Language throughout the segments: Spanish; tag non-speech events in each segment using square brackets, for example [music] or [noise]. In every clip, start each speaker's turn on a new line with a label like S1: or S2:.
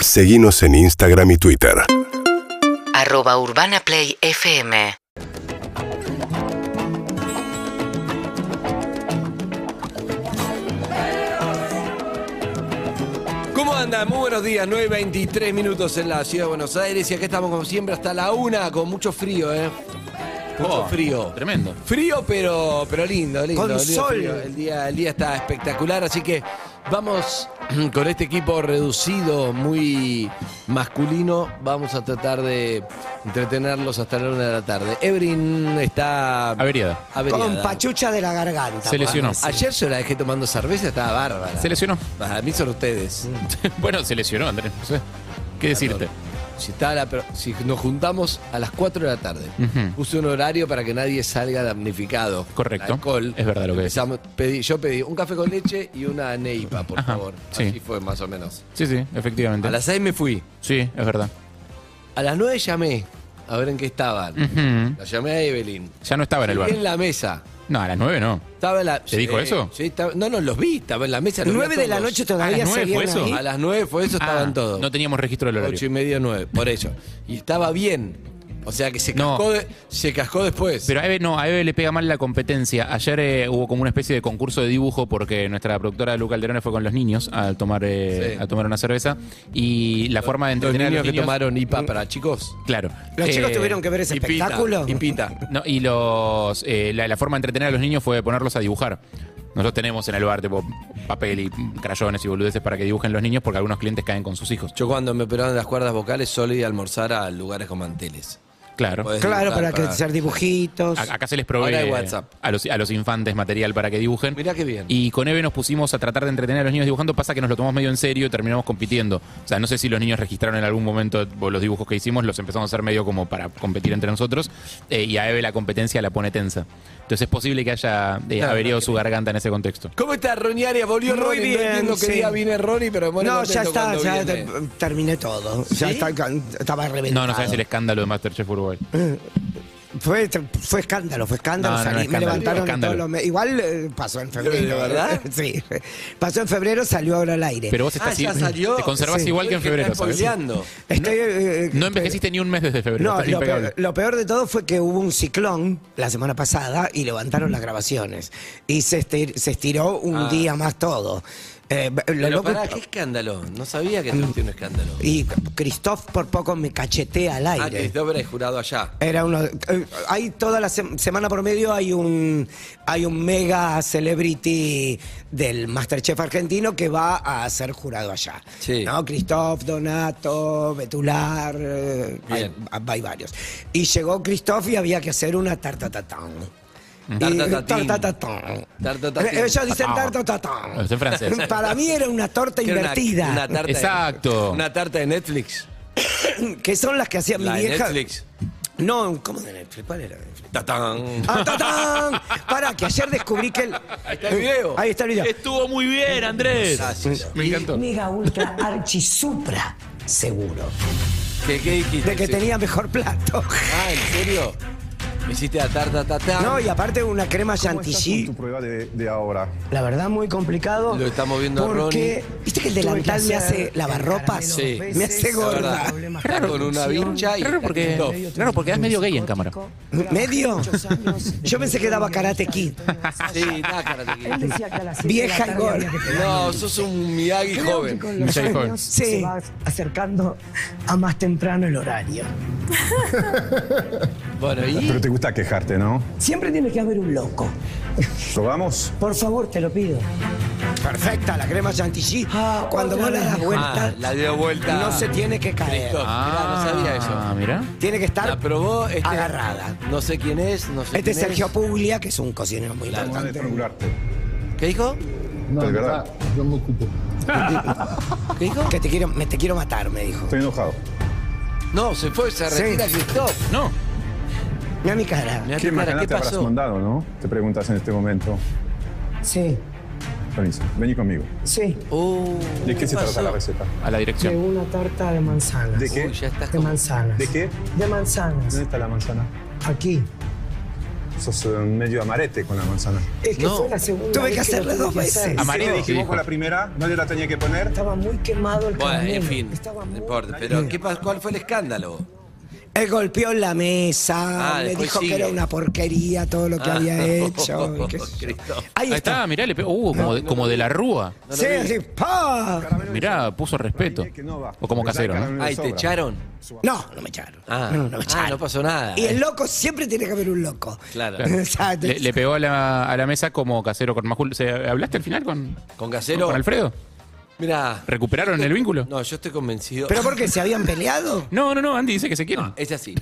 S1: Seguimos en Instagram y Twitter.
S2: arroba urbanaplayfm
S3: ¿Cómo andan? Muy buenos días, 9.23 minutos en la ciudad de Buenos Aires y acá estamos como siempre hasta la una con mucho frío, ¿eh? Mucho
S4: Oh,
S3: frío.
S4: Tremendo.
S3: Frío, pero, pero lindo, lindo.
S5: Con
S3: el día
S5: sol.
S3: frío. El día, el día está espectacular, así que vamos [clears throat] con este equipo reducido, muy masculino. Vamos a tratar de entretenerlos hasta la una de la tarde. Ebrin está
S4: Averiada.
S3: averiada.
S5: Con pachucha de la garganta.
S4: Se lesionó.
S3: Ayer yo la dejé tomando cerveza, estaba bárbara.
S4: Se lesionó. [laughs]
S3: A mí son ustedes.
S4: bueno, se lesionó, Andrés. No sé. ¿Qué decirte?
S3: Si, está la pro- si nos juntamos a las 4 de la tarde,
S4: Ujú.
S3: puse un horario para que nadie salga damnificado.
S4: Correcto.
S3: El alcohol.
S4: Es verdad lo que
S3: Empezamos- pedí- Yo pedí un café con leche y una neipa, por
S4: Ajá,
S3: favor.
S4: sí.
S3: Así fue más o menos.
S4: Sí, sí, efectivamente.
S3: A las 6 me fui.
S4: Sí, es verdad.
S3: A las 9 llamé a ver en qué estaban.
S4: Ujú.
S3: La llamé a Evelyn.
S4: Ya no estaba en el bar.
S3: En la mesa.
S4: No, a las nueve no.
S3: Estaba en la, eh,
S4: ¿Te dijo eso?
S3: Sí, estaba- no, no, los vi. Estaba en la mesa. los vi a
S5: 9 de la
S3: todos.
S5: noche
S4: ¿A
S5: todavía
S4: las Ah, nueve
S5: seguían
S4: fue eso?
S5: ahí.
S3: A las 9 fue eso, estaban
S4: Ah,
S3: todos.
S4: No teníamos registro del
S3: Ocho y
S4: horario.
S3: media, nueve, por eso. Y estaba bien. O sea que se
S4: No.
S3: cascó, de- se cascó después.
S4: Pero a Eve no, a Eve le pega mal la competencia. Ayer eh, hubo como una especie de concurso de dibujo porque nuestra productora Luca Alderone fue con los niños a tomar, eh,
S3: Sí.
S4: a tomar una cerveza. Y la forma de
S3: los
S4: entretener
S3: niños,
S4: a los
S3: que
S4: niños-
S3: tomaron IPA para chicos.
S4: Claro.
S5: Los chicos
S4: Eh,
S5: tuvieron que ver ese
S3: y pita,
S5: espectáculo.
S3: Y pita.
S4: No, y los, eh, la, la forma de entretener a los niños fue ponerlos a dibujar. Nosotros tenemos en el bar tipo, papel y crayones y boludeces para que dibujen los niños porque algunos clientes caen con sus hijos.
S3: Yo cuando me operaron las cuerdas vocales solo iba a almorzar a lugares con manteles.
S4: Claro.
S3: Podés
S5: Claro,
S3: dibujar
S5: para que hacer dibujitos.
S4: A- acá se les
S3: Ahora hay
S4: provee
S3: WhatsApp.
S4: a los, a los infantes material para que dibujen.
S3: Mirá qué bien.
S4: Y con Eve nos pusimos a tratar de entretener a los niños dibujando. Pasa que nos lo tomamos medio en serio y terminamos compitiendo. O sea, no sé si los niños registraron en algún momento o los dibujos que hicimos, los empezamos a hacer medio como para competir entre nosotros. eh, y a Eve la competencia la pone tensa. Entonces es posible que haya eh,
S3: Claro,
S4: averiado
S3: que
S4: su garganta en ese contexto.
S3: ¿Cómo está Roniaria? Volvió
S5: Muy
S3: Ronnie.
S5: bien,
S3: no entiendo qué
S5: sí.
S3: día viene Ronnie, pero bueno,
S5: no, ya está, ya
S3: viene.
S5: te- terminé todo. Ya
S3: ¿Sí?
S5: está- estaba reventado.
S4: No, no sabes el escándalo de Masterchef Uruguay.
S5: Fue, fue escándalo, fue escándalo.
S4: No, no, no,
S5: salí, me
S4: escándalo,
S5: levantaron en
S4: escándalo.
S5: todos los me- Igual eh, pasó en febrero.
S3: ¿De verdad?
S5: [laughs] Sí. Pasó en febrero, salió ahora al aire.
S4: Pero vos
S3: Ah,
S4: estás
S3: ya
S4: así-
S3: salió.
S4: Te conservas
S5: Sí.
S4: igual que en febrero,
S3: Está
S4: ¿sabes?
S3: spoileando.
S5: Estoy, eh,
S4: No envejeciste ni un mes desde febrero.
S5: No,
S4: estás
S5: lo
S4: impecable.
S5: peor, lo peor de todo fue que hubo un ciclón la semana pasada y levantaron las grabaciones. Y se, estir- se estiró un
S3: Ah.
S5: día más todo. Eh, lo
S3: Pero
S5: loco-
S3: pará, ¿qué escándalo? No sabía que existía un escándalo.
S5: y Christoph por poco me cachetea al
S3: Ah,
S5: aire.
S3: Cristóbal es jurado allá.
S5: Era uno. eh, Hay toda la sem- semana por medio hay un hay un mega celebrity del Masterchef argentino que va a ser jurado allá.
S3: Sí.
S5: ¿No? Christoph, Donato, Betular, eh, hay,
S3: Bien.
S5: hay varios. Y llegó Christoph y había que hacer una tarta tatán. Y-
S3: Tartatatín.
S5: tarta tatán.
S3: Tartatatín.
S5: Eh, Ellos dicen
S4: Tatán.
S5: tarta tatán.
S4: Está en francés.
S5: [laughs] Para mí era una torta
S3: Era una-
S5: invertida.
S3: una tarta de-
S4: Exacto.
S3: una tarta de Netflix.
S5: [clears throat] que son las que hacía mi
S3: La de
S5: vieja.
S3: Netflix.
S5: No, ¿cómo de Netflix? ¿Cuál era de Netflix?
S3: Tatán.
S5: ¡Ah,
S3: [laughs]
S5: tatán! Pará, que ayer descubrí que el. Ahí
S3: está el video.
S5: Ahí está el video.
S4: eh, Estuvo muy bien,
S5: Pues,
S4: Andrés.
S3: Gracias.
S4: Me encantó.
S5: Mega ultra archi supra seguro.
S3: ¿Qué, qué dijiste?
S5: De que
S3: Sí.
S5: tenía mejor plato.
S3: Ah, ¿en serio? Me hiciste la tarta tatán.
S5: No, y aparte una crema
S6: ¿Cómo estás con
S5: chantilly.
S6: tu prueba de, de ahora?
S5: La verdad, muy complicado.
S3: Lo estamos viendo a
S5: Porque, viste que el delantal me hace lavarropas.
S3: Sí.
S5: Me hace
S3: La verdad.
S5: gorda.
S3: Está con una vincha y
S4: Raro porque, raro porque es medio gay en cámara.
S5: ¿Medio? Yo pensé que daba karate kid.
S3: Sí, nada, Karate Kid.
S5: Vieja y gorda.
S3: No, sos un Miyagi joven.
S4: los Michelle años Holmes.
S5: se Sí. va
S7: acercando a más temprano el horario.
S3: Bueno,
S6: Pero
S3: y
S6: te gusta quejarte, ¿no?
S7: Siempre tiene que haber un loco.
S6: ¿Probamos?
S7: Por favor, te lo pido.
S5: Perfecta la crema chantilly.
S7: Ah,
S5: Cuando
S7: otra
S5: vos la das
S7: vez.
S5: vuelta,
S3: Ah, la dio vuelta.
S5: No se tiene que caer.
S3: Christoph, mirá, no sabía
S4: Ah,
S3: eso.
S4: mira.
S5: Tiene que estar
S3: La probó este-
S5: agarrada.
S3: No sé quién es, no sé
S5: Este
S3: quién
S5: es Sergio
S3: es.
S5: Puglia, que es un cocinero muy
S6: Vamos a
S5: importante.
S6: estrangularte.
S3: ¿Qué dijo?
S8: No,
S6: De
S8: no,
S6: verdad.
S8: yo me ocupo.
S3: ¿Qué dijo?
S5: Que te quiero, me te quiero matar, me dijo.
S6: Estoy enojado.
S3: No, se fue, se
S5: Sí.
S3: retira Christoph.
S4: No.
S5: Mira mi cara.
S3: Mirá
S6: ¿Qué
S3: tu cara,
S6: macana
S3: ¿qué
S6: te habrás
S3: pasó?
S6: mandado, no? Te preguntas en este momento.
S7: Sí,
S6: Permiso, vení conmigo.
S7: sí,
S3: Uh,
S6: ¿De qué se trata
S3: pasó?
S6: la receta?
S4: A la
S7: de
S4: dirección.
S7: una tarta de manzanas.
S6: ¿De qué?
S3: Uy, ya estás
S7: De
S3: como-
S7: manzanas.
S6: ¿De qué?
S7: De manzanas.
S6: ¿Dónde está la manzana?
S7: Aquí.
S6: Sos eh, medio amarete con la manzana.
S7: Es que
S3: No.
S7: fue la segunda.
S5: Tuve
S7: vez
S5: que
S7: lo
S5: hacerla
S7: tuve
S5: dos
S7: que hacer.
S5: veces.
S4: Amarete,
S6: Sí, me
S4: dije,
S6: equivoco
S4: dijo.
S6: la primera, no yo la tenía que poner.
S7: Estaba muy quemado el
S3: Bueno,
S7: caramelo.
S3: en fin,
S7: Estaba
S3: no
S7: muy-
S3: importa. Pero, ¿qué, pas- ¿cuál fue el escándalo?
S5: Él golpeó la mesa,
S3: Ah,
S5: me
S3: después
S5: dijo
S3: sigue.
S5: que era una porquería todo lo que
S3: Ah,
S5: había
S3: no, [laughs]
S5: hecho. y qué sé yo.
S3: Cristo.
S5: Ahí está.
S4: mirá, le pegó. Uh, como, de, como de la rúa.
S5: Sí, sí, ¡pa!
S4: Mirá, puso respeto.
S6: Que no va.
S4: O como
S6: Porque
S4: casero,
S6: sabe que
S4: ¿no?
S6: no le
S3: Ay, ¿te
S6: sobra.
S3: echaron?
S5: No, no me echaron.
S3: Ah,
S5: no, no me
S3: Ah,
S5: echaron.
S3: no pasó nada.
S5: Y el loco siempre tiene que haber un loco.
S3: Eh. Claro.
S5: [laughs]
S4: Claro.
S5: O sea, te-
S4: Le, le pegó a la, a la mesa como casero con Majul. ¿Se- ¿Hablaste al final con,
S3: ¿Con Casero?
S4: con Alfredo?
S3: Mira,
S4: ¿Recuperaron el vínculo?
S3: no, yo estoy convencido.
S5: ¿Pero porque se habían peleado?
S4: No, no, no, Andy dice que se quieren.
S3: es así.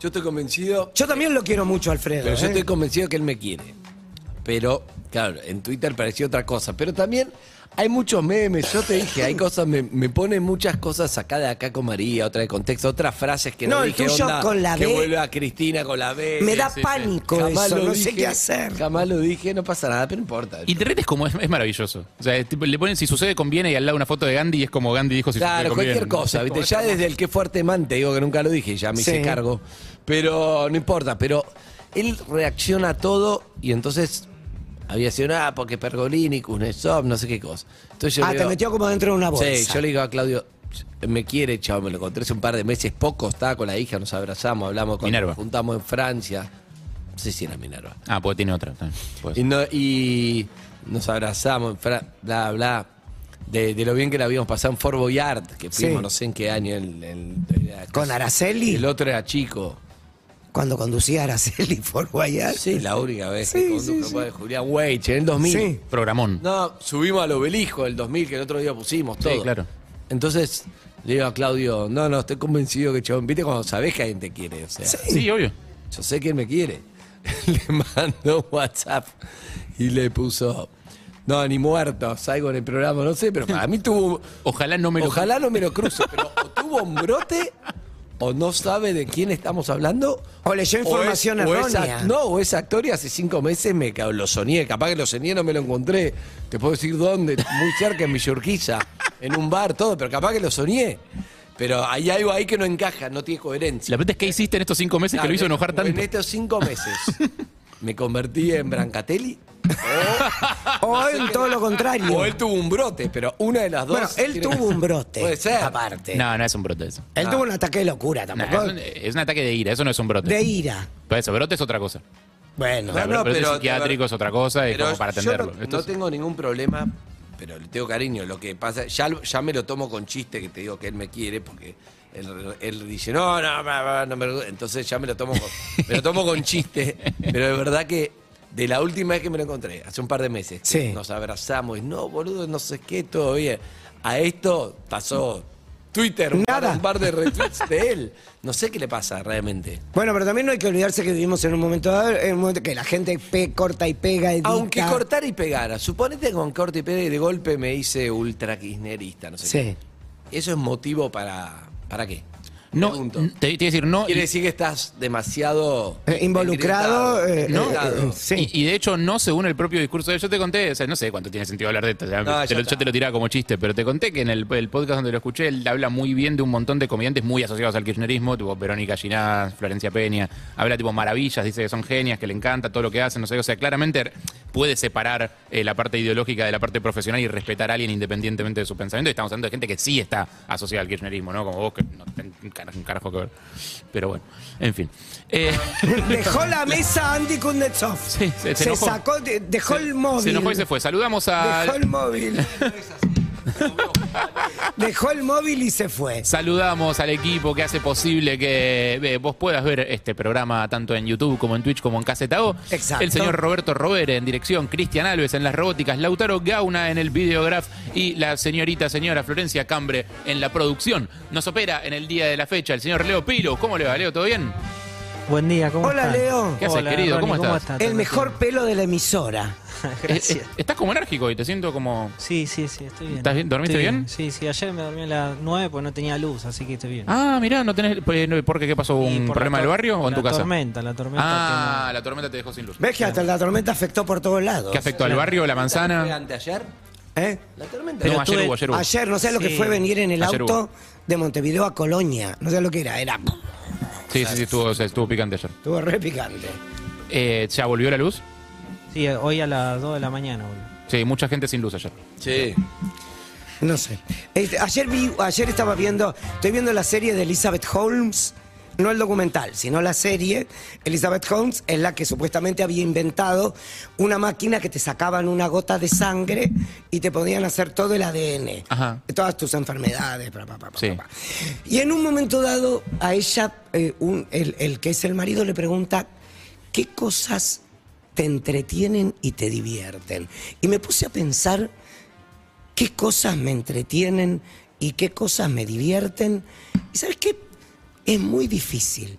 S3: Yo estoy convencido.
S5: Yo también lo quiero mucho, Alfredo.
S3: Pero yo
S5: ¿eh?
S3: estoy convencido que él me quiere. Pero, claro, en Twitter pareció otra cosa. Pero también hay muchos memes. Yo te dije, hay cosas, me, me ponen muchas cosas sacada de acá con María, otra de contexto, otras frases que no,
S5: No, el
S3: dije.
S5: tuyo
S3: onda,
S5: con la
S3: que
S5: B.
S3: vuelve a Cristina con la B.
S5: Me da
S3: Sí, sí.
S5: pánico
S3: Jamás
S5: eso,
S3: lo
S5: no sé
S3: dije,
S5: qué hacer.
S3: Jamás lo dije, no pasa nada, pero no importa.
S4: Internet es como, es, es maravilloso. O sea, es tipo, le ponen si sucede conviene y al lado una foto de Gandhi y es como Gandhi dijo si
S3: Claro,
S4: sucede conviene.
S3: cualquier cosa, ¿viste? Ya desde el que fuerte man, te digo que nunca lo dije, ya me hice
S5: Sí.
S3: cargo. Pero no importa, pero él reacciona a todo y entonces había sido, ah, porque Pergolini, Kuznetsov, no sé qué cosa. Entonces yo
S5: ah,
S3: le
S5: te
S3: digo-
S5: metió como dentro de una bolsa.
S3: Sí, yo le digo a Claudio, me quiere, chavo, me lo encontré hace un par de meses, poco, estaba con la hija, nos abrazamos, hablamos, cuando
S4: Minerva.
S3: nos juntamos en Francia. No sé si era Minerva.
S4: Ah, pues tiene otra. también, puede
S3: Y,
S4: ser.
S3: no- y nos abrazamos, en fra- bla, bla. De, de lo bien que la habíamos pasado en Fort Boyard, que fuimos
S5: Sí.
S3: no sé en qué año. El, el- era-
S5: ¿Con Araceli?
S3: El otro era chico.
S5: Cuando conducía a Araceli [laughs] por Guayar.
S3: Sí, la única vez
S5: Sí,
S3: que condujo
S5: sí,
S3: fue de Julián Weich en el 2000.
S5: Sí.
S4: Programón.
S3: No, subimos al obelisco del 2000, que el otro día pusimos
S4: Sí,
S3: todo.
S4: claro.
S3: Entonces le digo a Claudio, no, no, estoy convencido que chabón, viste cuando sabés que alguien te quiere. O sea,
S4: Sí, obvio.
S3: Yo sé que él me quiere. [laughs] le mandó un WhatsApp y le puso. No, ni muerto, salgo en el programa, no sé, pero para mí tuvo.
S4: Ojalá no [laughs] me lo-
S3: Ojalá no me lo cruce, pero o tuvo un brote, o no sabe de quién estamos hablando.
S5: O leyó
S3: es-
S5: información
S3: o es
S5: errónea.
S3: act- no, o ese actor y hace cinco meses me ca- lo soñé, capaz que lo soñé, no me lo encontré. Te puedo decir dónde, muy cerca, en Villurquiza, en un bar, todo, pero capaz que lo soñé. Pero hay algo ahí que no encaja, no tiene coherencia.
S4: La verdad es que hiciste en estos cinco meses que lo hizo
S3: Claro,
S4: enojar tanto.
S3: En este. estos cinco
S4: [laughs]
S3: meses me convertí en Brancatelli.
S5: O en todo lo contrario.
S3: [laughs] O él tuvo un brote, pero una de las dos.
S5: Bueno, él
S3: tiene-
S5: tuvo un brote.
S3: Puede ser.
S5: Aparte.
S4: No, no es un brote eso.
S5: Él tuvo un ataque de locura
S4: Nah,
S5: tampoco. ¿eh?
S4: es, un, es un ataque de ira, eso no es un brote.
S5: de ira.
S4: Pero eso, brote es otra cosa.
S5: Bueno.
S4: Claro, pero el psiquiátrico es otra cosa, es
S3: pero
S4: como para
S3: yo
S4: atenderlo.
S3: No,
S4: Esto
S3: no
S4: es-
S3: tengo ningún problema, pero le tengo cariño. Lo que pasa, ya, lo- ya me lo tomo con chiste que te digo que él me quiere porque. Él, él dice, no, no, no, no, no me- entonces ya me lo tomo con, me lo tomo con
S4: [laughs]
S3: chiste, pero de verdad que de la última vez que me lo encontré, hace un par de meses,
S5: Sí.
S3: nos abrazamos y no, boludo, no sé qué, todo bien. A esto pasó Twitter, un par-
S5: Nada.
S3: un par de retweets de él. No sé qué le pasa realmente.
S5: Bueno, pero también no hay que olvidarse que vivimos en un momento, dado, en un momento que la gente pe- corta y pega, edita.
S3: Aunque cortar y pegara, suponete que con corte y pega y de golpe me hice ultra kirchnerista, no sé
S5: Sí.
S3: qué. ¿Eso es motivo para. ¿Para qué?
S4: No,
S3: Pregunto.
S4: n- te, te iba a decir no.
S3: Quiere
S4: y-
S3: decir que estás demasiado.
S5: Eh, involucrado,
S3: encriptado,
S5: eh,
S4: no,
S3: encriptado.
S5: eh, sí.
S4: Y, y de hecho, no según el propio discurso de yo te conté, o sea, no sé cuánto tiene sentido hablar de esto. o
S3: No,
S4: sea,
S3: ya
S4: te lo-
S3: está.
S4: yo te lo tiraba como chiste, pero te conté que en el, el podcast donde lo escuché, él habla muy bien de un montón de comediantes muy asociados al kirchnerismo, tipo Verónica Ginás, Florencia Peña, habla tipo maravillas, dice que son genias, que le encanta todo lo que hacen, no sé, o sea, claramente puede separar eh, la parte ideológica de la parte profesional y respetar a alguien independientemente de su pensamiento. Y estamos hablando de gente que sí está asociada al kirchnerismo, ¿no? Como vos, que no tenés un car- un carajo que ver. Pero bueno, en fin. Eh,
S5: Dejó la mesa Andy Kuznetsov.
S4: Sí, se- se enojó.
S5: sacó, de- dejó el móvil.
S4: Se enojó y se fue. Saludamos a.
S5: Dejó el móvil. Dejó el móvil y se fue.
S4: Saludamos al equipo que hace posible que eh, vos puedas ver este programa tanto en YouTube como en Twitch como en Casetao.
S5: Exacto.
S4: El señor Roberto Robere en dirección, Cristian Alves en las robóticas, Lautaro Gauna en el videograf y la señorita señora Florencia Cambre en la producción. Nos opera en el día de la fecha el señor Leo Pilo. ¿Cómo le va, Leo? ¿Todo bien?
S8: Buen día, ¿cómo
S5: Hola,
S8: están?
S5: Leo.
S4: ¿Qué haces,
S8: Hola,
S4: querido?
S8: Ronnie,
S4: ¿Cómo estás?
S5: El
S8: Tanto
S5: mejor pelo de la emisora.
S4: Eh,
S8: tiempo.
S4: eh,
S8: [laughs] Gracias.
S4: estás como enérgico y te siento como.
S8: Sí, sí, sí, estoy bien.
S4: ¿Estás bien? ¿Dormiste
S8: Estoy
S4: bien?
S8: Sí, sí, ayer me dormí a las 9 porque no tenía luz, así que estoy bien.
S4: Ah, mirá, no tenés. pues, no, ¿Por qué? ¿Qué pasó? ¿Un
S8: Y por la
S4: problema
S8: tor-
S4: del barrio o en tu
S8: La
S4: casa?
S8: tormenta, la tormenta.
S4: Ah, la tormenta te dejó sin luz.
S5: ¿Ves que hasta la tormenta afectó por todos lados?
S4: ¿Qué afectó al barrio, la manzana?
S3: ¿Anteayer?
S5: ¿Eh?
S3: ¿La tormenta?
S4: No,
S8: Pero
S4: ayer
S8: tuve-
S4: hubo, ayer hubo.
S5: Ayer, no sé lo que
S8: Sí.
S5: fue venir en el
S4: Ayer
S5: auto
S4: hubo.
S5: de Montevideo a Colonia. No sé lo que era, era.
S4: Sí, sí, sí, estuvo, o sea, estuvo picante ayer.
S5: Estuvo re picante.
S4: Eh, ¿Ya volvió la luz?
S8: Sí, eh, hoy a las 2 de la mañana, boludo.
S4: Sí, mucha gente sin luz ayer.
S3: Sí.
S5: No sé. Este, ayer, vi, ayer estaba viendo, estoy viendo la serie de Elizabeth Holmes, no el documental, sino la serie. Elizabeth Holmes es la que supuestamente había inventado una máquina que te sacaban una gota de sangre y te podían hacer todo el ADN,
S4: Ajá.
S5: todas tus enfermedades. bla, bla, bla, bla,
S4: Sí.
S5: bla. Y en un momento dado, a ella, eh, un- el, el que es el marido le pregunta, ¿qué cosas te entretienen y te divierten? Y me puse a pensar qué cosas me entretienen y qué cosas me divierten. ¿Y sabes qué? Es muy difícil.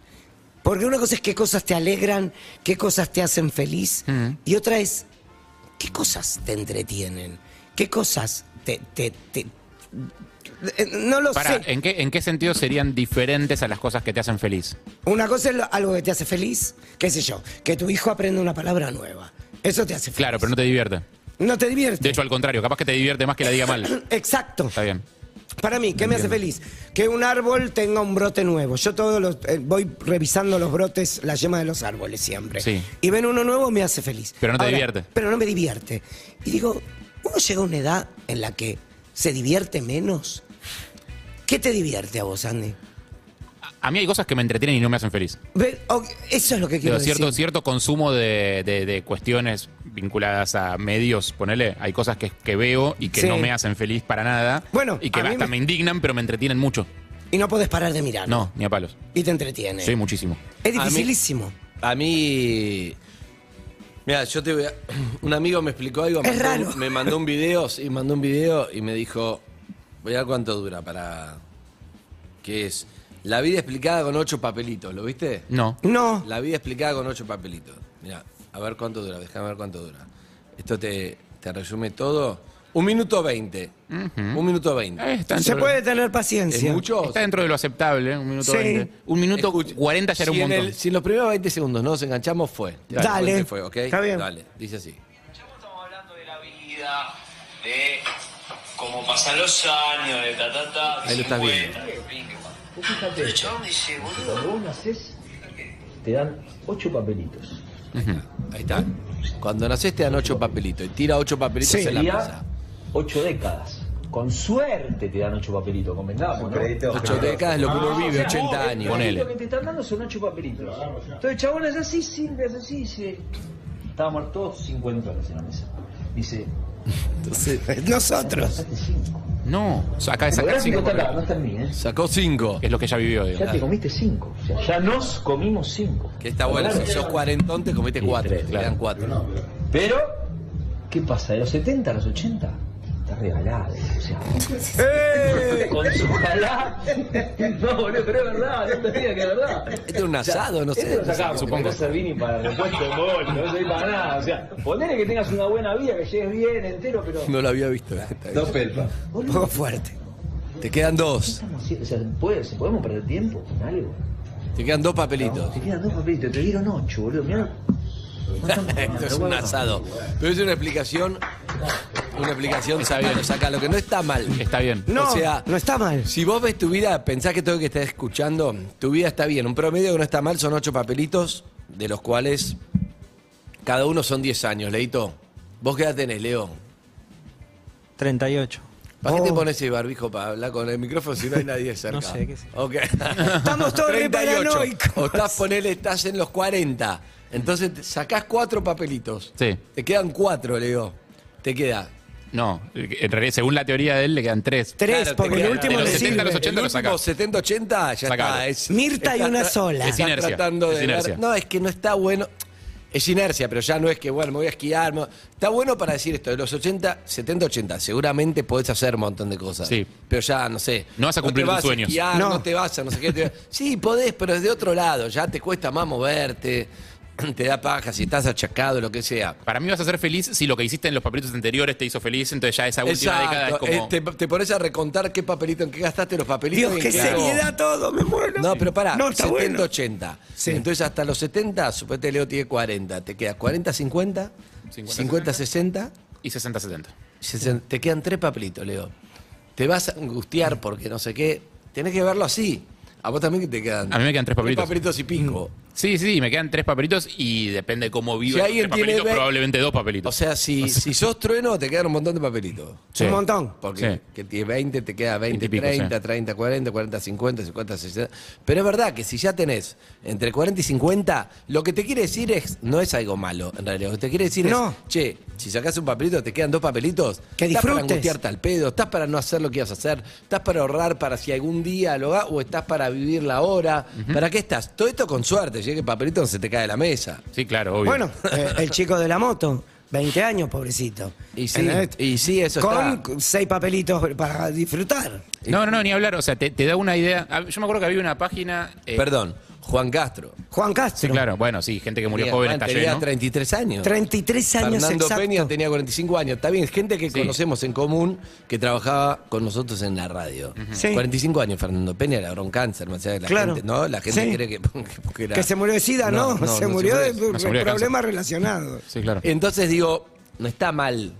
S5: Porque una cosa es qué cosas te alegran, qué cosas te hacen feliz,
S4: Mm.
S5: y otra es qué cosas te entretienen, qué cosas te... te- te- eh, no lo
S4: Pará,
S5: sé.
S4: ¿en qué, ¿en qué sentido serían diferentes a las cosas que te hacen feliz?
S5: Una cosa es lo- algo que te hace feliz, qué sé yo, que tu hijo aprenda una palabra nueva. Eso te hace feliz.
S4: Claro, pero no te divierte.
S5: No te divierte.
S4: De hecho, al contrario, capaz que te divierte más que la diga mal.
S5: Exacto.
S4: Está bien.
S5: Para mí, ¿qué me hace feliz? Que un árbol tenga un brote nuevo. Yo todos los, eh, voy revisando los brotes, la yema de los árboles siempre.
S4: Sí.
S5: Y ven uno nuevo, me hace feliz.
S4: Pero no te divierte.
S5: Pero no me divierte. Y digo, uno llega a una edad en la que se divierte menos. ¿Qué te divierte a vos, Andy?
S4: A mí hay cosas que me entretienen y no me hacen feliz.
S5: Ve- o- Eso es lo que quiero
S4: Digo, cierto,
S5: decir.
S4: cierto consumo de, de- de cuestiones vinculadas a medios, ponele, hay cosas que, que veo y que
S5: Sí.
S4: no me hacen feliz para nada.
S5: Bueno,
S4: y que
S5: a mí
S4: hasta
S5: me-
S4: me indignan, pero me entretienen mucho.
S5: Y no podés parar de mirar.
S4: No, ni a palos.
S5: Y te entretiene.
S4: Sí, muchísimo.
S5: Es
S3: A mí-
S5: dificilísimo.
S3: A mí. Mira, yo te voy a. [clears throat] Un amigo me explicó algo.
S5: Es
S3: mandó-
S5: raro.
S3: Me mandó un video, sí, mandó un video y me dijo. Voy a ver cuánto dura para. ¿Qué es? La vida explicada con ocho papelitos, ¿lo viste?
S4: No.
S5: No.
S3: La vida explicada con ocho papelitos. Mira, a ver cuánto dura, déjame ver cuánto dura. Esto te, te resume todo. Un minuto veinte. Un minuto
S4: Eh,
S3: veinte.
S4: está dentro
S5: Se
S4: de-
S5: puede tener
S3: ¿Es
S5: paciencia.
S3: mucho?
S4: Está dentro de lo aceptable, ¿eh? un minuto
S5: Sí.
S4: 20. Un minuto
S3: Escucha,
S4: 40 ya era
S3: si
S4: un
S3: en
S4: montón.
S3: el- si en los primeros 20 segundos no nos enganchamos, fue. Ya,
S5: Dale.
S3: después te Fue, ¿ok?
S5: Está bien.
S3: Dale, dice así.
S9: Estamos hablando de la vida, de cómo pasan los años, de ta ta ta.
S3: Ahí lo estás viendo.
S9: El chabón dice, boludo,
S10: Te dan ocho papelitos.
S3: Ahí está. Cuando nacés te dan ocho papelitos y tira ocho papelitos en la mesa.
S10: Sería ocho décadas. Con suerte te dan ocho papelitos, convengamos, ¿no?
S3: Ocho décadas es lo que uno vive,
S10: Ah,
S3: 80 años.
S10: Lo que te están dando son ocho papelitos. Entonces, chabones así, simples, así, dice. Estábamos todos 50 en la mesa.
S3: [laughs]
S10: Dice,
S5: Nosotros.
S10: sacaste cinco.
S4: No, o sea, acá de
S10: El
S4: sacar
S10: gráfico
S4: cinco
S10: está acá,
S4: papelitos.
S10: no está en mí, ¿eh?
S3: Sacó cinco.
S4: Es lo que ella vivió, digo.
S10: Ya te comiste cinco. O sea, ya nos comimos cinco.
S3: Que está bueno. Si sos cuarentón te comete
S10: Sí,
S3: cuatro.
S10: tres,
S3: Te
S10: claro.
S3: dan cuatro.
S10: Pero, ¿qué pasa? De los 70 a los 80, está regalado. O sea,
S3: ¡Eh!
S10: [laughs] con su ojalá. No, boludo, pero es verdad, no te digas que es verdad.
S3: Este es un asado, no
S10: Este
S3: sé.
S10: lo sacamos, supongo. No serví ni para repuesto de gol, no serví para nada. O sea, ponele que tengas una buena vida, que llegues bien, entero, pero.
S3: No lo había visto.
S6: Dos pelpas.
S10: Boludo,
S5: Un poco fuerte.
S3: Te quedan dos.
S10: estamos haciendo? O sea, ¿puede- se ¿podemos perder tiempo con algo?
S3: Te quedan dos papelitos.
S10: Te quedan dos papelitos, te dieron ocho, boludo, mirá.
S3: [laughs] Esto es un asado. Pero es una explicación. Una explicación sabia. Lo saca. Lo que no está mal.
S4: Está bien.
S5: No,
S3: O sea,
S5: Oh, no está mal.
S3: Si vos ves tu vida, pensás que todo lo que estás escuchando, tu vida está bien. Un promedio que no está mal son ocho papelitos, de los cuales cada uno son 10 años, Leito. ¿Vos qué edad tenés, León?
S8: 38.
S3: ¿Para qué te pones el barbijo para hablar con el micrófono si no hay nadie cerca?
S8: Oh. [laughs] No sé, qué sé
S3: Ok.
S5: Estamos todos
S3: 38.
S5: re paranoicos.
S3: O estás, ponele, estás en los 40. Entonces te- sacás cuatro papelitos.
S4: Sí.
S3: Te quedan cuatro, Leo. Te queda.
S4: No, en realidad, según la teoría de él, le quedan tres.
S5: Tres,
S3: Claro, te
S5: porque el
S3: queda-
S5: último
S4: de los
S5: le
S4: 70 a los
S5: sirve.
S4: 80
S3: el
S4: lo
S3: último
S4: sacás.
S3: 70, 80, ya
S4: Sacalo.
S3: está. es-
S5: Mirta y
S3: está-
S5: una sola.
S4: Es
S3: Estás
S4: inercia,
S3: tratando
S4: es
S3: de ver-
S4: inercia.
S3: no, es que no está bueno. Es inercia, pero ya no es que, bueno, me voy a esquiar. me- Está bueno para decir esto. De los 80, 70, 80, seguramente podés hacer un montón de cosas.
S4: Sí.
S3: Pero ya, no sé.
S4: No vas a cumplir
S3: te
S4: tus
S3: vas
S4: sueños.
S3: A esquiar, no.
S5: No.
S3: te vas a no sé qué.
S5: [laughs]
S3: te- Sí, podés, pero desde otro lado. Ya te cuesta más moverte, te da paja, si estás achacado, lo que sea.
S4: Para mí vas a ser feliz si lo que hiciste en los papelitos anteriores te hizo feliz, entonces ya esa última década es
S3: Exacto.
S4: como...
S3: Eh, te, te pones a recontar qué papelito, en qué gastaste los papelitos.
S5: Dios,
S3: y en
S5: qué
S3: qué hago.
S5: seriedad todo, me muero.
S3: No, pero pará,
S5: No, está
S3: 70,
S5: bueno.
S3: 80.
S5: Sí.
S3: Entonces hasta los 70, suponete Leo tiene 40, te quedas 40, 50, 50, 60,
S4: Y 60-70.
S3: sesen- te quedan tres papelitos, Leo. Te vas a angustiar porque no sé qué, tenés que verlo así. A vos también que te quedan.
S4: A mí me quedan tres Mm. papelitos.
S3: papelitos y pingo.
S4: Sí, sí, me quedan tres papelitos y depende cómo vivo
S3: Si
S4: esos
S3: alguien
S4: tres
S3: tiene
S4: papelitos,
S3: ve-
S4: probablemente dos papelitos.
S3: O sea,
S4: [laughs]
S3: si, si sos trueno, te quedan un montón de papelitos.
S4: Sí.
S5: Un montón.
S3: Porque
S4: Sí.
S3: que tienes 20, te queda 20,
S4: 20 y pico,
S3: 30,
S4: sí.
S3: 30, 40, 40, 50, 50, 60. Pero es verdad que si ya tenés entre 40 y 50, lo que te quiere decir es, no es algo malo, en realidad. Lo que te quiere decir
S5: No.
S3: es, che, si sacás un papelito, te quedan dos papelitos.
S5: Que
S3: Estás
S5: disfrutes.
S3: para angustiarte al pedo, estás para no hacer lo que ibas a hacer, estás para ahorrar para si algún día lo hagas o estás para vivir la hora. ¿Para qué estás? Todo esto con suerte, llegue el papelito no se te cae de la mesa.
S4: sí, claro, obvio.
S5: Bueno, eh, el chico de la moto, 20 años, pobrecito.
S3: Y sí,
S5: ¿Entendés?
S3: y sí, eso
S5: Con
S3: está.
S5: seis papelitos para disfrutar.
S4: No, no, no, ni hablar. O sea, te, te da una idea. Ah, Yo me acuerdo que había una página. eh,
S3: Perdón, Juan Castro.
S5: Juan Castro.
S4: Sí, claro. Bueno, sí, gente que murió
S3: Tenía-
S4: joven
S3: Juan
S4: está
S3: tenía
S4: lleno.
S3: 33 años.
S5: 33 años
S3: Fernando
S5: exacto.
S3: Peña tenía 45 años. Está bien, gente que
S4: Sí.
S3: conocemos en común que trabajaba con nosotros en la radio.
S5: Sí.
S3: 45 años, Fernando Peña le un cáncer, más allá de la
S5: Claro.
S3: gente, ¿no? La gente
S5: Sí.
S3: cree que, [laughs] que- que era-
S5: Que se murió de sida, ¿no? [laughs] se, murió de,
S3: de-
S4: No, se murió de
S5: problemas relacionados.
S4: Sí, claro.
S3: Entonces digo, no está mal.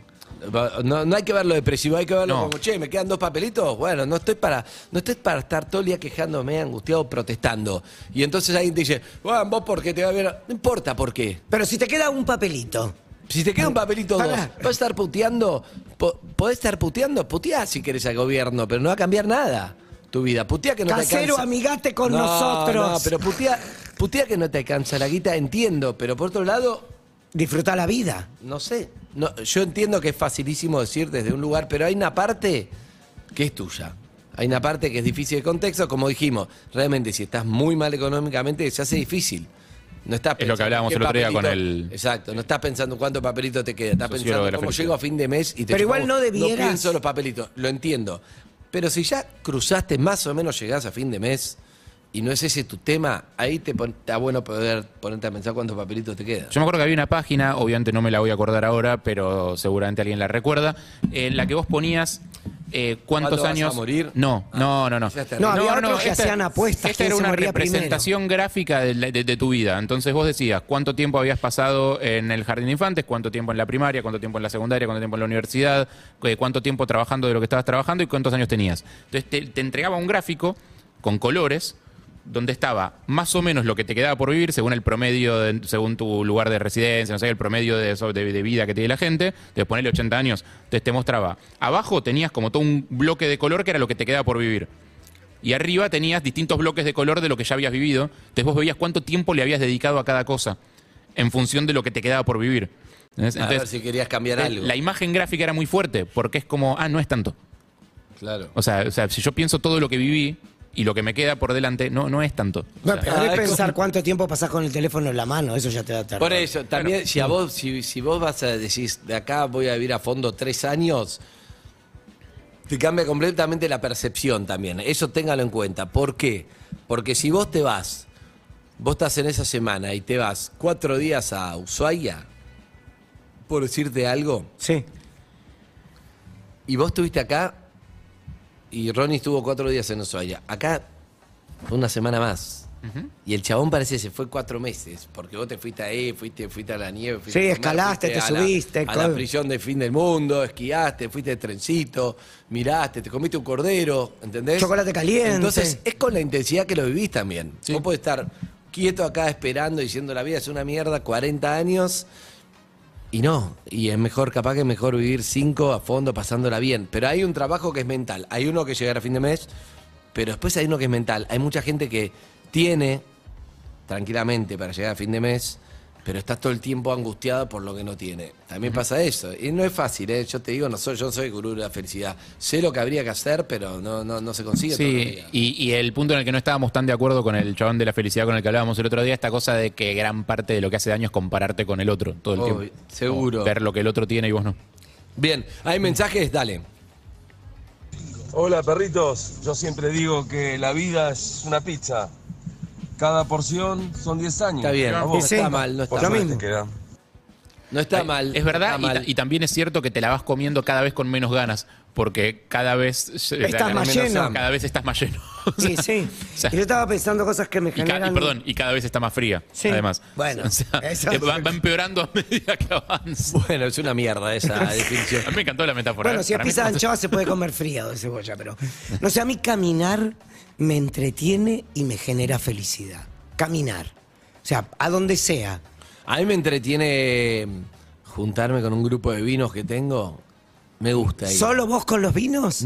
S3: Va- No, no hay que verlo depresivo, hay que verlo
S4: No.
S3: como, che, me quedan dos papelitos. Bueno, no estoy para no estoy para estar todo el día quejándome, angustiado, protestando. Y entonces alguien te dice, bueno, vos porque te va a ver. No importa por qué.
S5: Pero si te queda un papelito.
S3: Si te queda un papelito o dos,
S5: Pará.
S3: vas a estar puteando, po- podés estar puteando, puteá si querés al gobierno, pero no va a cambiar nada tu vida. Puteá que no te
S5: Casero,
S3: alcanza.
S5: amigate con
S3: No,
S5: nosotros.
S3: No, pero puteá, puteá que no te alcanza la guita, entiendo, pero por otro lado,
S5: Disfruta la vida.
S3: no sé. No, yo entiendo que es facilísimo decir desde un lugar, pero hay una parte que es tuya. Hay una parte que es difícil de contexto, como dijimos, realmente si estás muy mal económicamente se hace difícil. No estás
S4: Es lo
S3: pensando
S4: que hablábamos
S3: qué
S4: el otro día con
S3: papelito-
S4: el-
S3: Exacto, no estás pensando cuánto papelito te queda, estás
S4: Sociólogo
S3: pensando
S4: de la
S3: cómo
S4: felicidad.
S3: llego a fin de mes y te
S5: Pero
S3: chupa
S5: igual
S3: un-
S5: no
S3: No
S5: debieras.
S3: pienso los papelitos, lo entiendo. Pero si ya cruzaste más o menos llegás a fin de mes y no es ese tu tema, ahí te pon- está bueno poder ponerte a pensar cuántos papelitos te quedan.
S4: Yo me acuerdo que había una página, obviamente no me la voy a acordar ahora, pero seguramente alguien la recuerda, en la que vos ponías eh, cuántos
S3: ¿Cuándo vas
S4: años.
S3: a morir?
S4: No,
S3: Ah,
S4: no, no, no.
S3: ya está.
S5: No, había otros que
S4: esta-
S5: hacían apuestas,
S4: Esta
S5: quién
S4: era
S5: se
S4: una
S5: moría primero.
S4: representación gráfica de, la- de- de tu vida. Entonces vos decías cuánto tiempo habías pasado en el jardín de infantes, cuánto tiempo en la primaria, cuánto tiempo en la secundaria, cuánto tiempo en la universidad, eh, cuánto tiempo trabajando de lo que estabas trabajando y cuántos años tenías. Entonces te, te entregaba un gráfico con colores donde estaba más o menos lo que te quedaba por vivir según el promedio, de- según tu lugar de residencia, no sé, el promedio de, so- de- de vida que tiene la gente, te ponele 80 años, entonces te mostraba, abajo tenías como todo un bloque de color que era lo que te quedaba por vivir. Y arriba tenías distintos bloques de color de lo que ya habías vivido. Entonces vos veías cuánto tiempo le habías dedicado a cada cosa en función de lo que te quedaba por vivir. ¿Entendés?
S3: a ver
S4: Entonces,
S3: si querías cambiar
S4: eh,
S3: algo.
S4: la imagen gráfica era muy fuerte porque es como, ah, no es tanto.
S3: Claro.
S4: O sea, o sea, si yo pienso todo lo que viví y lo que me queda por delante, no, no es tanto. O sea,
S5: Pero
S3: Ah,
S5: de
S3: es
S5: pensar
S3: como-
S5: cuánto tiempo pasás con el teléfono en la mano, eso ya te da tarde.
S3: Por eso, también, si a vos, si, si vos vas a decir, de acá voy a vivir a fondo tres años, te cambia completamente la percepción también. Eso téngalo en cuenta. ¿Por qué? Porque si vos te vas, vos estás en esa semana y te vas cuatro días a Ushuaia, por decirte algo,
S5: Sí.
S3: y vos estuviste acá, y Ronnie estuvo cuatro días en Ushuaia. Acá fue una semana más. Y el chabón parece que se fue cuatro meses, porque vos te fuiste ahí, fuiste, fuiste a la nieve. Fuiste
S5: Sí,
S3: a comer,
S5: escalaste,
S3: fuiste
S5: te
S3: a la-
S5: subiste,
S3: A la,
S5: co-
S3: prisión del fin del mundo, esquiaste, fuiste de trencito, miraste, te comiste un cordero, ¿entendés?
S5: Chocolate caliente.
S3: Entonces, es con la intensidad que lo vivís también. Vos podés estar quieto acá esperando, diciendo la vida es una mierda, 40 años, y no, y es mejor, capaz que es mejor vivir cinco a fondo pasándola bien. Pero hay un trabajo que es mental. Hay uno que llegará a fin de mes, pero después hay uno que es mental. Hay mucha gente que tiene tranquilamente para llegar a fin de mes, pero está todo el tiempo angustiado por lo que no tiene. También pasa eso. Y no es fácil, ¿eh? yo te digo, no soy, yo no soy gurú de la felicidad. Sé lo que habría que hacer, pero no, no, no se consigue. todos los
S4: Sí,
S3: días.
S4: y, y el punto en el que no estábamos tan de acuerdo con el chabón de la felicidad con el que hablábamos el otro día, esta cosa de que gran parte de lo que hace daño es compararte con el otro todo el
S3: Obvio,
S4: tiempo.
S3: seguro.
S4: Como Ver lo que el otro tiene y vos no.
S3: Bien, hay mensajes, dale.
S9: Hola perritos, yo siempre digo que la vida es una pizza. Cada porción son 10 años.
S3: Está bien, no
S5: vos.
S3: está mal, no está
S5: Lo
S3: mal.
S5: mismo.
S3: No está mal.
S4: Es
S3: está
S4: verdad, y ta-
S3: mal.
S4: y, también es cierto que te la vas comiendo cada vez con menos ganas, porque cada vez se-
S5: Estás
S4: cada-
S5: más
S4: menos-
S5: lleno.
S4: Cada vez estás más lleno. [laughs] O
S5: Sí,
S4: sea,
S5: sí.
S4: o sea,
S5: Y yo estaba pensando cosas que me
S4: y, ca-
S5: generan...
S4: y perdón, y cada vez está más fría,
S5: Sí.
S4: además.
S5: Bueno,
S4: O sea,
S5: eso-
S4: eh, va, va empeorando a [laughs] medida que avanza.
S3: Bueno, es una mierda
S4: [laughs]
S3: esa definición.
S4: A mí me encantó la metáfora. ¿eh?
S5: Bueno, si es
S4: Para mí-
S5: pizza de anchoa
S4: [laughs]
S5: se puede comer fría o de cebolla, pero... No sé, a mí caminar me entretiene y me genera felicidad. Caminar. sea, a donde sea.
S3: A mí me entretiene juntarme con un grupo de vinos que tengo. Me gusta. ir.
S5: ¿Solo vos con los vinos? [laughs]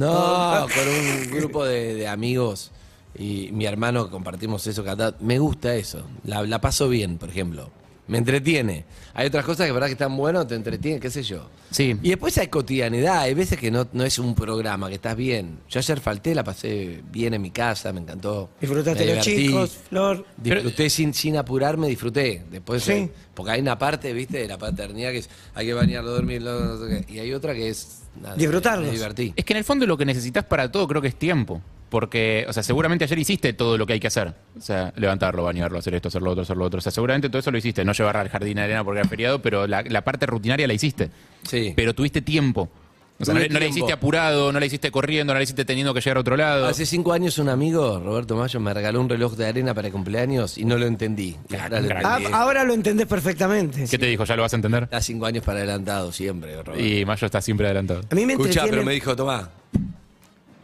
S3: No,
S5: Ah.
S3: con un grupo de, de amigos y mi hermano compartimos eso cada Me gusta eso. La, la paso bien, por ejemplo. Me entretiene. Hay otras cosas que verdad que están buenas, te entretienen, qué sé yo.
S4: Sí.
S3: Y después hay cotidianidad, hay veces que no, no es un programa, que estás bien. Yo ayer falté, la pasé bien en mi casa, me encantó.
S5: Disfrutaste
S3: Me
S5: los
S3: divertí.
S5: chicos, Flor.
S3: Disfruté sin, sin apurarme, disfruté. Después,
S5: Sí.
S3: eh, porque hay una parte, viste, de la paternidad que es, hay que bañarlo, dormirlo, no sé qué, y hay otra que es... nada,
S5: Disfrutarlos.
S3: Me divertí.
S4: Es que en el fondo lo que necesitas para todo creo que es tiempo. Porque, o sea, seguramente ayer hiciste todo lo que hay que hacer. O sea, levantarlo, bañarlo, hacer esto, hacer lo otro, hacer lo otro. O sea, seguramente todo eso lo hiciste. No llevar al jardín de arena porque era feriado, pero la, la parte rutinaria la hiciste.
S3: Sí.
S4: Pero tuviste tiempo. O sea, no,
S3: Tuve
S4: le- no la
S3: tiempo. Ah,
S4: hiciste apurado, no la hiciste corriendo, no la hiciste teniendo que llegar a otro lado.
S3: Hace cinco años un amigo, Roberto Mayo, me regaló un reloj de arena para el cumpleaños y no lo entendí. Y ahora lo
S4: crack.
S5: Ah,
S3: entendí.
S5: ahora lo entendés perfectamente.
S4: ¿Qué te dijo? ¿Ya lo vas a entender?
S3: Está cinco años para adelantado siempre, Roberto.
S4: Y Mayo está siempre adelantado.
S5: A mí me
S3: Escuchá,
S5: entretiene-
S3: pero me dijo, tomá,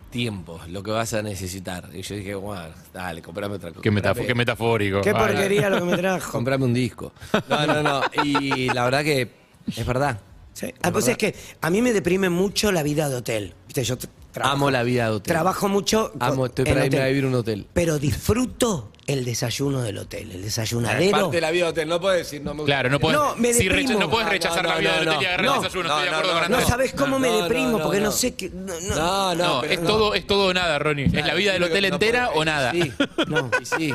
S3: tiempo, lo que vas a necesitar. Y yo dije, bueno, dale, comprame otra cosa.
S4: Qué, metafo-
S3: Comprame-
S4: qué metafórico.
S5: Qué
S4: Ay,
S5: porquería lo que me
S4: [laughs]
S5: trajo.
S3: Comprame un disco. No, no, no. Y la verdad que es verdad.
S5: Sí. Ah, pues es que a mí me deprime mucho la vida de hotel. Viste, yo tra- trabajo,
S3: Amo la vida de hotel.
S5: Trabajo mucho. con-
S3: Amo, estoy
S5: en
S3: para irme
S5: hotel.
S3: a vivir a un hotel.
S5: Pero disfruto el desayuno del hotel, el
S3: Es
S5: desayunadero.
S3: parte de la vida de hotel, no puedes decir, no me gusta.
S4: Claro, no podés,
S5: No, me
S4: sí,
S5: deprimo.
S4: recha- no podés
S3: No,
S4: rechazar
S3: no,
S4: la vida
S3: no,
S4: del hotel y
S3: no,
S4: agarrar
S3: no.
S4: el desayuno.
S3: No,
S4: estoy de
S3: no,
S4: acuerdo
S3: no,
S4: con
S5: No
S4: Andrés.
S5: sabes cómo me
S3: No, no,
S5: deprimo,
S3: no,
S5: porque no,
S3: no.
S5: sé qué. No, no.
S3: No, no,
S4: No,
S3: pero
S4: es, todo, es todo o nada, Ronnie. es la vida del hotel
S3: No
S4: entera
S3: podés-
S4: o nada.
S3: Sí, no, [laughs] y sí.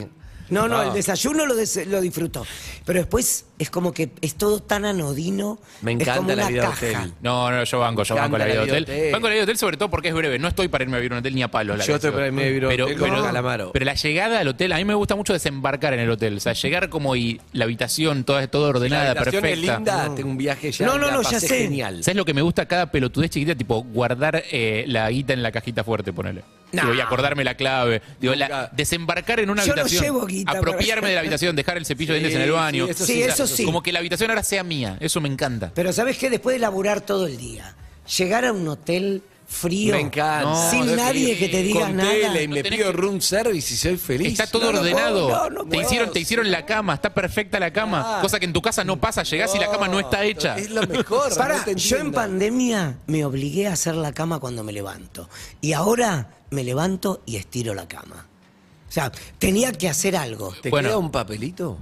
S5: No, no, el desayuno lo, des- lo disfruto. Pero después es como que es todo tan anodino.
S3: Me
S5: es
S3: encanta
S5: como
S3: la
S5: una
S3: vida de
S5: caja.
S3: hotel.
S4: No, no, yo banco, yo
S3: Me
S4: banco la vida de hotel.
S3: hotel.
S4: Banco la vida de hotel sobre todo porque es breve. No estoy para irme a vivir a un hotel ni a palos. la
S3: Yo
S4: verdad.
S3: estoy para irme a vivir a un hotel con Calamaro.
S4: Pero la llegada al hotel, a mí me gusta mucho desembarcar en el hotel. O sea, llegar como y la habitación, toda, todo
S3: La
S4: ordenada,
S3: habitación es
S4: perfecta.
S3: linda, tengo un viaje ya.
S5: No, no,
S3: la
S5: no, ya
S3: pasé
S5: sé.
S3: Genial.
S4: ¿Sabes lo que me gusta cada pelotudez chiquita? Tipo, guardar eh, la guita en la cajita fuerte, ponele.
S5: No.
S4: Digo, y acordarme la clave. Digo, la-
S3: Nunca.
S4: desembarcar en una
S5: Yo no
S4: habitación.
S5: llevo guita,
S4: apropiarme
S5: pero-
S4: de la habitación, dejar el cepillo de
S3: Sí,
S4: dientes en
S3: [laughs]
S4: el
S3: sí,
S4: baño.
S3: eso
S5: sí, Sí, eso eso sí. sí.
S4: Como que la habitación ahora sea mía. Eso me encanta.
S5: Pero ¿sabes qué? Después de laburar todo el día, llegar a un hotel frío.
S3: Me encanta.
S4: No,
S5: sin
S4: no,
S5: nadie que te diga
S3: Con
S5: nada.
S3: tele y
S4: No
S3: me
S4: tenés
S3: pido
S4: que-
S3: room service y soy feliz.
S4: Está todo
S5: No, no
S4: ordenado.
S5: puedo, no, no
S4: te
S5: puedo. Ah.
S4: hicieron, te hicieron la cama, está perfecta la cama.
S3: Claro.
S4: Cosa que en tu casa no pasa, llegás y la cama no está hecha.
S3: Es lo mejor.
S5: Pará,
S3: no te
S5: yo en
S3: entiendo.
S5: pandemia me obligué a hacer la cama cuando me levanto. Y ahora me levanto y estiro la cama. O sea, tenía que hacer algo.
S3: ¿Te
S4: Bueno.
S3: queda un papelito?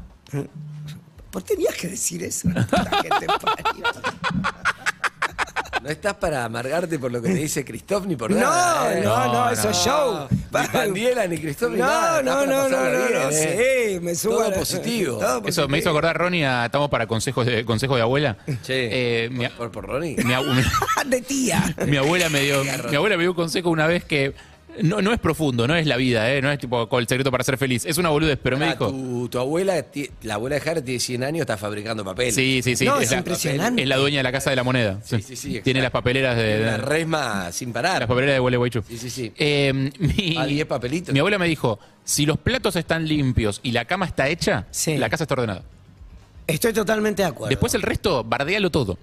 S5: ¿Por qué tenías que decir eso? La puta que te parió.
S3: No estás para amargarte por lo que te dice Christoph ni por
S5: No,
S3: nada. ¿eh?
S5: no, no,
S4: No,
S5: eso es show.
S3: Ni Pandiela, ni Christoph, ni
S5: No,
S3: nada. Está
S5: no,
S3: para
S5: no, no,
S3: pasarla
S5: no,
S3: bien,
S5: no,
S3: ¿eh?
S5: sí, me subo a
S3: Todo
S5: la-
S3: positivo.
S5: [laughs] todo
S4: Eso me hizo acordar, Ronnie, a- estamos para consejos de, consejo de abuela.
S3: Che,
S4: Eh, mi, a-
S3: por, por Ronnie.
S4: mi a-
S5: Ah, de tía.
S4: mi [laughs] abuela me dio, mi abuela me dio un consejo una vez que no, no es profundo, no es la vida, ¿eh? no es tipo con el secreto para ser feliz. Es una boludez, pero me
S3: Ah,
S4: dijo.
S3: tu, tu abuela, ti- la abuela de Jara tiene 100 años, está fabricando papel.
S4: Sí, sí, sí.
S5: No, es
S4: la,
S5: impresionante.
S4: es la dueña de la casa de la moneda.
S3: Sí, sí, sí, exacto.
S4: Tiene las papeleras de.
S3: Una resma sin parar.
S4: las papeleras de Gualeguaychú.
S3: Sí, sí, sí.
S4: Eh, mi,
S3: Ah, diez papelitos.
S4: Mi abuela me dijo: si los platos están limpios y la cama está hecha,
S5: Sí.
S4: la casa está ordenada.
S5: Estoy totalmente de acuerdo.
S4: Después el resto, bardealo todo.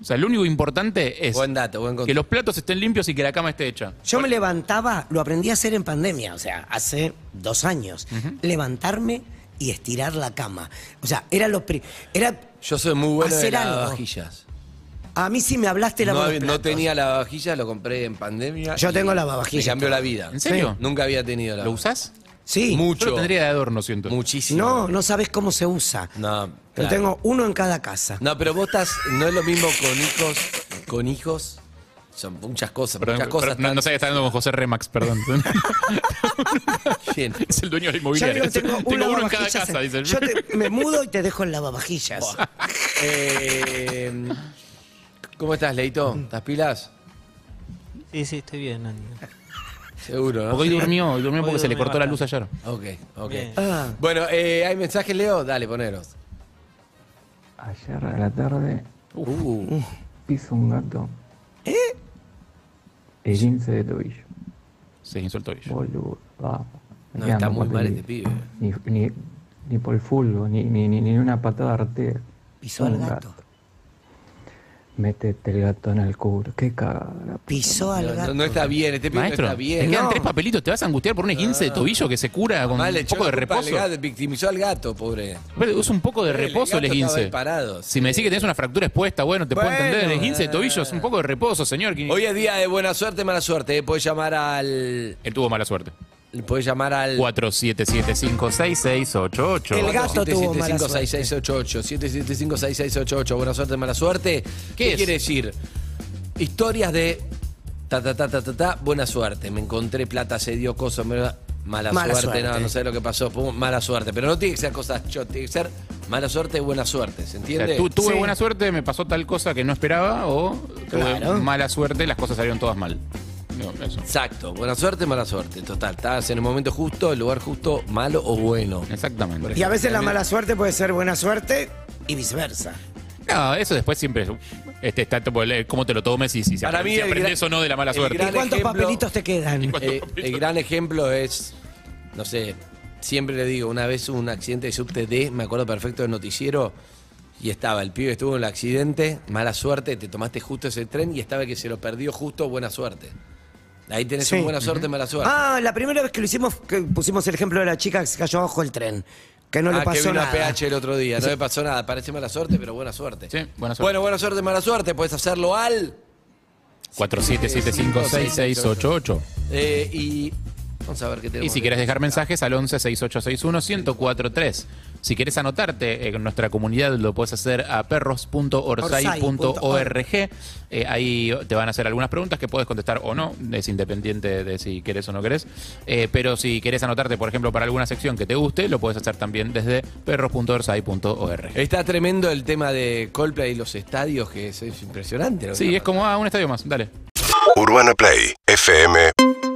S4: O sea, lo único importante es
S3: Buen dato, buen
S4: que
S3: consejo.
S4: los platos estén limpios y que la cama esté hecha.
S5: Yo me levantaba, lo aprendí a hacer en pandemia, o sea, hace dos años. Levantarme y estirar la cama. O sea, era lo pri- era
S3: Yo soy muy bueno de
S5: Hacer algo.
S3: lavavajillas.
S5: A mí si me hablaste la
S3: No, hab- no tenía lavavajillas, lo compré en pandemia.
S5: Yo
S3: y
S5: tengo lavavajillas.
S3: Me cambió la vida.
S4: ¿En serio?
S3: Nunca había tenido
S4: ¿Lo
S3: lavavajillas.
S4: usás?
S5: Sí.
S4: Yo lo
S3: Mucho.
S4: tendría de adorno, siento.
S3: Muchísimo.
S5: No, no sabes cómo se usa.
S3: No,
S5: Yo
S3: claro.
S5: tengo uno en cada casa.
S3: No, pero vos estás. No es lo mismo con hijos. Con hijos. Son muchas cosas.
S4: Perdón,
S3: muchas cosas.
S4: perdón, no, no sé, está hablando con José Remax, perdón.
S3: [laughs] están-
S4: [laughs]
S3: Bien.
S4: es el dueño de la
S5: Ya
S4: inmobiliaria.
S5: digo,
S4: [laughs]
S5: tengo, un
S4: uno en cada
S5: lavavajillas
S4: casa,
S5: en-
S4: dice el-
S5: Yo te- me mudo y te dejo el lavavajillas.
S3: Eh, ¿Cómo estás, Leito? ¿Estás pilas?
S8: Sí, sí, estoy bien, Andy.
S3: Seguro, ¿no?
S4: Porque hoy durmió, hoy durmió
S8: Hoy
S4: porque se le
S8: durmió
S4: cortó la luz
S8: bastante.
S4: ayer.
S3: Ok, ok.
S8: Bien.
S5: Ah,
S3: Bueno, eh, ¿hay mensajes, Leo? Dale, poneros.
S10: Ayer a la tarde
S3: Uh,
S10: piso un gato. ¿Eh? El 15 de tobillo.
S4: Se hizo el tobillo.
S10: Boludo, vamos.
S3: no,
S10: Me
S3: está
S10: ando
S3: muy
S10: por
S3: mal
S10: el-
S3: este pibe.
S10: Ni, ni, ni por el fútbol, ni, ni, ni, ni una patada artera.
S5: pisó al
S10: Un
S5: gato.
S10: Métete el gato en el culo. Qué cara.
S5: Pisó al
S3: No,
S5: gato.
S3: no está bien, este pibe
S4: Maestro,
S3: no está
S4: te
S3: bien.
S4: quedan
S3: No.
S4: tres papelitos, te vas a angustiar por un 15 de tobillo que se cura con
S3: Además, le
S4: un
S3: echó
S4: poco de
S3: la culpa al
S4: reposo.
S3: gato, victimizó al gato, pobre.
S4: Pero es un poco de
S3: El
S4: reposo el
S3: gato estaba
S4: esguince.
S3: ahí parado,
S4: Si me decís que tenés una fractura expuesta, bueno, te puedo
S3: Bueno,
S4: entender. El esguince de tobillo es un poco de reposo, señor. que-
S3: Hoy es día de buena suerte, mala suerte. ¿eh? Podés llamar al.
S4: Él tuvo mala suerte.
S3: Podés llamar al.
S4: 47756688.
S5: El gato tuvo mala
S3: 775-6688. 775-6688. Buena suerte, mala suerte. ¿Qué,
S4: es?
S3: quiere decir? Historias de ta ta ta ta ta ta, buena suerte. Me encontré plata, se dio cosas, me- mala,
S5: Mala
S3: suerte, no,
S5: suerte.
S3: no sé lo que pasó, pum, mala suerte. Pero no tiene que ser cosas chotas, tiene que ser mala suerte, buena suerte, ¿se
S4: O sea,
S3: entiende?
S4: tu- tuve buena suerte, me pasó tal cosa que no esperaba, o tuve
S5: Claro.
S4: mala suerte, las cosas salieron todas mal. No, eso.
S3: Exacto, buena suerte, mala suerte, total. Estás en el momento justo, el lugar justo, malo o bueno.
S4: Exactamente.
S5: Y a veces la mala suerte puede ser buena suerte y viceversa.
S4: No, eso después siempre es- este, está tipo, el- cómo te lo tomes y si, se
S3: Para
S4: aprende-
S3: mí
S4: si
S3: el
S4: aprendes
S3: gran-
S4: o no de la mala
S3: el
S4: suerte.
S3: gran-
S7: ¿Y cuántos
S3: ejemplo-
S7: papelitos te quedan?
S4: cuántos
S3: Eh,
S4: papitos?
S3: el gran ejemplo es, no sé, siempre le digo, una vez hubo un accidente de subte D, me acuerdo perfecto del noticiero, y estaba, el pibe estuvo en el accidente, mala suerte, te tomaste justo ese tren y estaba el que se lo perdió justo, buena suerte. Ahí tenés
S7: Sí.
S3: un buena suerte, mala suerte.
S5: Ah, la primera vez que lo hicimos, que pusimos el ejemplo de la chica que se cayó bajo el tren. Que no
S3: Ah,
S5: le pasó
S3: que vino
S5: nada.
S3: a PH el otro día, no le pasó nada, parece mala suerte, pero buena suerte.
S4: Sí, buena suerte.
S3: Bueno, buena suerte, mala suerte, puedes hacerlo al...
S4: 47756688.
S3: eh, y vamos a ver qué tenemos.
S4: Y si quieres dejar mensajes al 11 6861 1043. Si quieres anotarte en nuestra comunidad, lo puedes hacer a perros.orsay.org. Eh, ahí te van a hacer algunas preguntas que puedes contestar o no, es independiente de si querés o no querés. Eh, pero si quieres anotarte, por ejemplo, para alguna sección que te guste, lo puedes hacer también desde perros.orsay.org.
S3: Está tremendo el tema de Coldplay y los estadios, que es, es impresionante. lo que
S4: Sí, ah,
S3: está
S4: es como a un estadio más, dale.
S1: UrbanaPlayFM.com